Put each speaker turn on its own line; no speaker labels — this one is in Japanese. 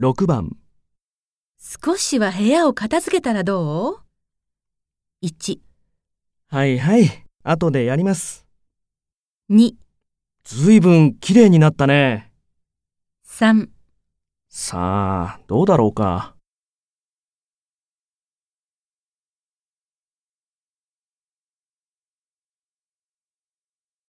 6番
少しは部屋を片付けたらどう ?1、
はいはい後でやります
2、
ずいぶん綺麗になったね
3
さあどうだろうか